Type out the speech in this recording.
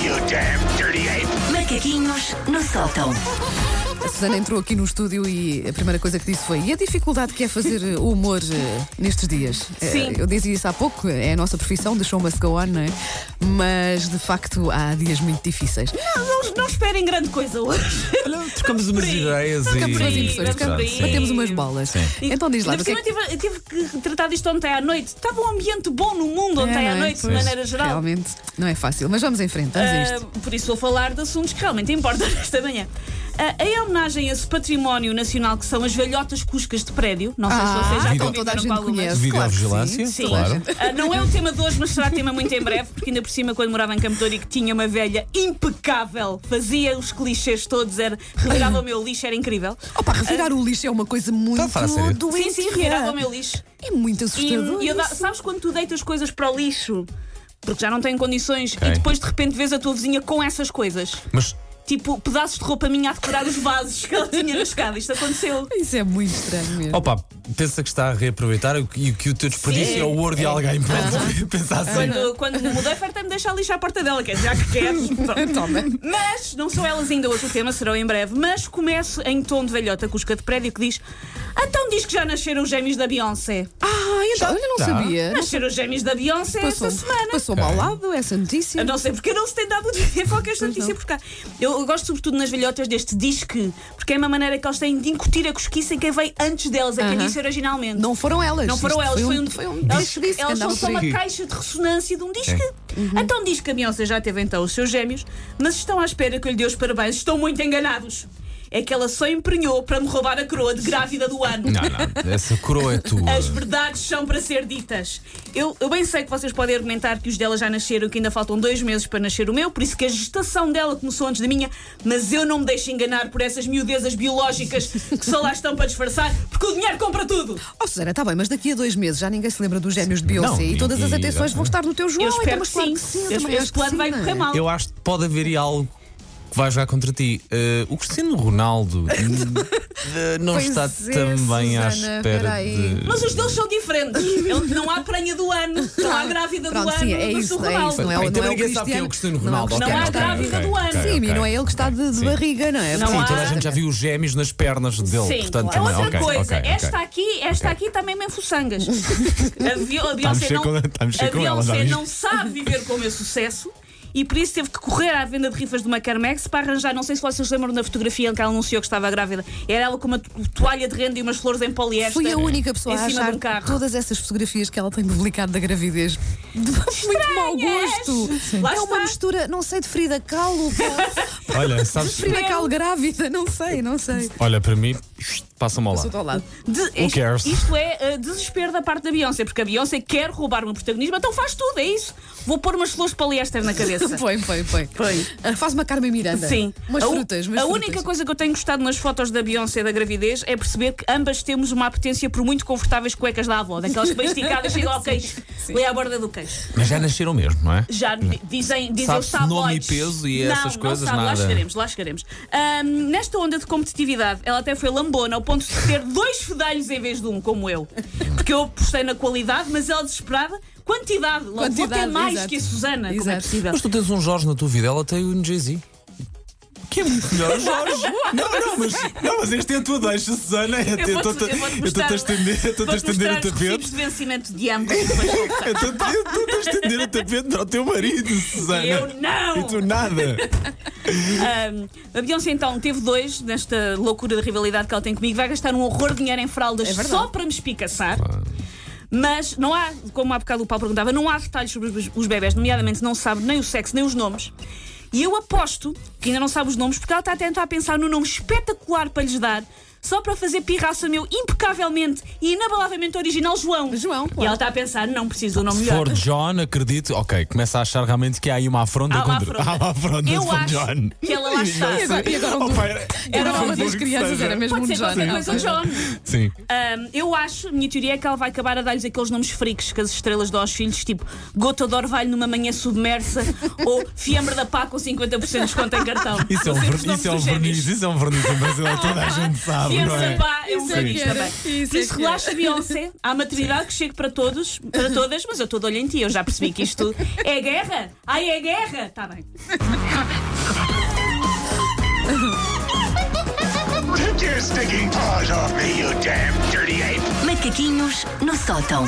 you damn dirty ape! Macaquinhos no sótão. A Susana entrou aqui no estúdio e a primeira coisa que disse foi: e a dificuldade que é fazer eh, o humor eh, nestes dias? Eh, Sim. Eu dizia isso há pouco, é a nossa profissão, deixou must go on, não é? Mas de facto há dias muito difíceis. Não, não, não esperem grande coisa hoje. Olha, trocamos umas aí. ideias e. Trocamos umas Sim, impressões, vamos por trocamos- aí. batemos umas bolas. Então diz lá, Ainda por porque cima tipo, eu tive, eu tive que tratar disto ontem à noite. Estava um ambiente bom no É, mundo ontem à noite, de maneira geral. Ah, Realmente não é fácil, mas vamos em frente, vamos a isto. Ah, por isso vou falar de assuntos que realmente importam nesta manhã. Ah, em homenagem a esse património nacional que são as velhotas cuscas de prédio, não sei se vocês já então conviveram toda a com gente algumas. conhece. Devido à claro que vigilância, sim. Sim. claro. Ah, não é o tema de hoje, mas será tema muito em breve, porque ainda por cima, quando morava em Campo Tórico, tinha uma velha impecável, fazia os clichês todos, era, revirava o meu lixo, era incrível. Opa, revirar o lixo é uma coisa muito a falar a sério? doente. Ah. Sim, sim, revirava o meu lixo. É muito E, assustador. e eu da- isso. sabes quando tu deitas coisas para o lixo? Porque já não têm condições Ok. e depois de repente vês a tua vizinha com essas coisas. Mas Tipo, pedaços de roupa minha a decorar os vasos que ela tinha na escada. Isto aconteceu. Isso é muito estranho mesmo. Opa, pensa que está a reaproveitar e que- e que o teu desperdício Sim. é o ouro de alguém. Pronto, pensa assim. Quando, quando me mudei, fartei me deixar lixo à porta dela, quer dizer, já que queres. pronto. Toma. Mas, não são elas ainda hoje o tema, serão em breve. Mas começo em tom de velhota cusca de prédio que diz: Então diz que já nasceram os gêmeos da Beyoncé. Ah, então, olha, não Tá. sabia. Não Nasceram os gêmeos da Beyoncé esta semana. Então, Passou-me ao lado essa notícia. Eu não sei porque eu não se tem dado de foco esta Pois notícia não. por cá. Eu, eu gosto sobretudo nas velhotas deste disque, porque é uma maneira que elas têm de incutir a cosquice em quem veio antes delas, a quem Aham. disse originalmente. Não foram elas. Não foram Isto elas, Foi um, foi um elas, disco disso que elas são andava só por uma aí. É. Uhum. caixa de ressonância de um disco. Então diz que a Beyoncé já teve então os seus gêmeos, mas estão à espera que eu lhe dê os parabéns. Estão muito enganados. É que ela só empenhou para me roubar a coroa de grávida do ano. Não, não, essa coroa é tua. As verdades são para ser ditas. Eu, eu bem sei que vocês podem argumentar que os dela já nasceram, que ainda faltam dois meses para nascer o meu, por isso que a gestação dela começou antes da minha, mas eu não me deixo enganar por essas miudezas biológicas que só lá estão para disfarçar, porque o dinheiro compra tudo. Oh, Susana, está bem, mas daqui a dois meses já ninguém se lembra dos gêmeos de Beyoncé Não, e e- todas as e- atenções vão estar no teu João. eu espero então, mas que, claro sim. que sim. eu Eu também espero- acho Este plano que vai sim, correr não é? mal. Eu acho que pode haver aí algo que vai jogar contra ti. Eh, o Cristiano Ronaldo eh, não Pois está é, também à Susana, espera peraí. de. Mas os deles são diferentes. Ele- não há prenha do ano, não há grávida do Pronto, ano, sim, é mas isso, do é isso. Ronaldo. Não é, o- não é Bem, também o ninguém sabe quem é o Cristiano Ronaldo. Não, é o Não há Cristiano Ronaldo. grávida do ano. Sim, ok, e não é ele que está de, de Sim. barriga, não é? Não Portanto, há- Toda a gente já viu os gêmeos nas pernas dele. Sim, portanto, é também- outra ok, coisa. ok, ok. esta aqui, esta aqui também me enfuçangas. A, Vi- a a Beyoncé mexer não, com- está a mexer a com ela, já Beyoncé viste? não sabe viver com o meu sucesso. E por isso teve que correr à venda de rifas de uma Carmex para arranjar, não sei se vocês lembram da fotografia em que ela anunciou que estava grávida. Era ela com uma to- toalha de renda e umas flores em poliéster. Fui a única pessoa em a cima achar de um carro. todas essas fotografias que ela tem publicado da gravidez de muito mau gosto. Lá é uma está. mistura, não sei, de Frida Kahlo com Olha, sabes. Frida Kahlo grávida, não sei, não sei. Olha, para mim, passa-me ao Sou lado. do lado. De- isto, cares? isto é uh, desespero da parte da Beyoncé, porque a Beyoncé quer roubar o meu protagonismo, então faz tudo, é isso. Vou pôr umas flores de poliéster na cabeça. Põe, põe, põe. Põe. Ah, Faz uma Carmen Miranda. Sim. Umas a, u- frutas, umas a frutas. única coisa que eu tenho gostado nas fotos da Beyoncé da gravidez é perceber que ambas temos uma apetência por muito confortáveis cuecas da avó, daquelas que bem esticadas chegam ao queixo, lê à borda do queixo. Mas já nasceram mesmo, não é? Já di- dizem, dizem os Sabe-se nome e tabloides. peso e não, essas não coisas, sabe, Lá nada. chegaremos, lá chegaremos. Ahm, nesta onda de competitividade, ela até foi lambona ao ponto de ter dois fedelhos em vez de um, como eu. Porque eu apostei na qualidade, mas ela desesperada, quantidade, logo vou ter Quantidade, mais exato. que a Susana, como é Exato. possível? Mas tu tens um Jorge na tua vida, ela tem um Jay-Z. Que é muito melhor, Jorge. não, não, mas, não, mas este é a tua deixa, Susana. Eu Eu vou-te- estou-te- eu vou-te eu mostrar- estou-te a estender, eu estou-te a vou-te estender o mostrar os recibos tapete. de vencimento de ambos. e depois vou Eu estou-te- eu estou-te a estender o tapete para o teu marido, Susana. Eu não! E tu nada. Um, a Beyoncé então teve dois nesta loucura de rivalidade que ela tem comigo. Vai gastar um horror de dinheiro em fraldas É verdade. só para me espicaçar. Mas não há, como há bocado o Paulo perguntava, não há detalhes sobre os- os bebés, nomeadamente não sabe nem o sexo nem os nomes. E eu aposto que ainda não sabe os nomes porque ela está então a tentar pensar no nome espetacular para lhes dar. Só para fazer pirraça meu impecavelmente e inabalavelmente original João. João, claro. E ela está a pensar, não preciso do nome Se melhor. for John, acredito. Ok, começa a achar realmente que há aí uma afronta Há uma contra. afronta. Há uma afronta se Eu for acho John. que ela lá está. é E agora, e agora Oh, um- pá, Era por uma favor, das que crianças, seja. era mesmo Pode um ser qualquer John. coisa, John. Sim. Ahm, eu acho, a minha teoria é que ela vai acabar a dar-lhes aqueles nomes freaks que as estrelas dão aos filhos, tipo gota de orvalho numa manhã submersa ou fiambre da pá com 50% de desconto em cartão. Isso é um, Não sei ver- os nomes isso é um dos gêmeos. verniz, isso é um verniz em Brasil, toda a gente sabe. não tensa, é? pá. Eu Isso é sei que disto era, também. isso Por é isso, que era. relaxa, Beyoncé. Há maternidade que chega para todos, para todas, mas eu estou de olho em ti. Eu já percebi que isto é guerra. Ai, é guerra. Está bem. Take your stinking paws off me, you damn dirty ape! Macaquinhos no sótão.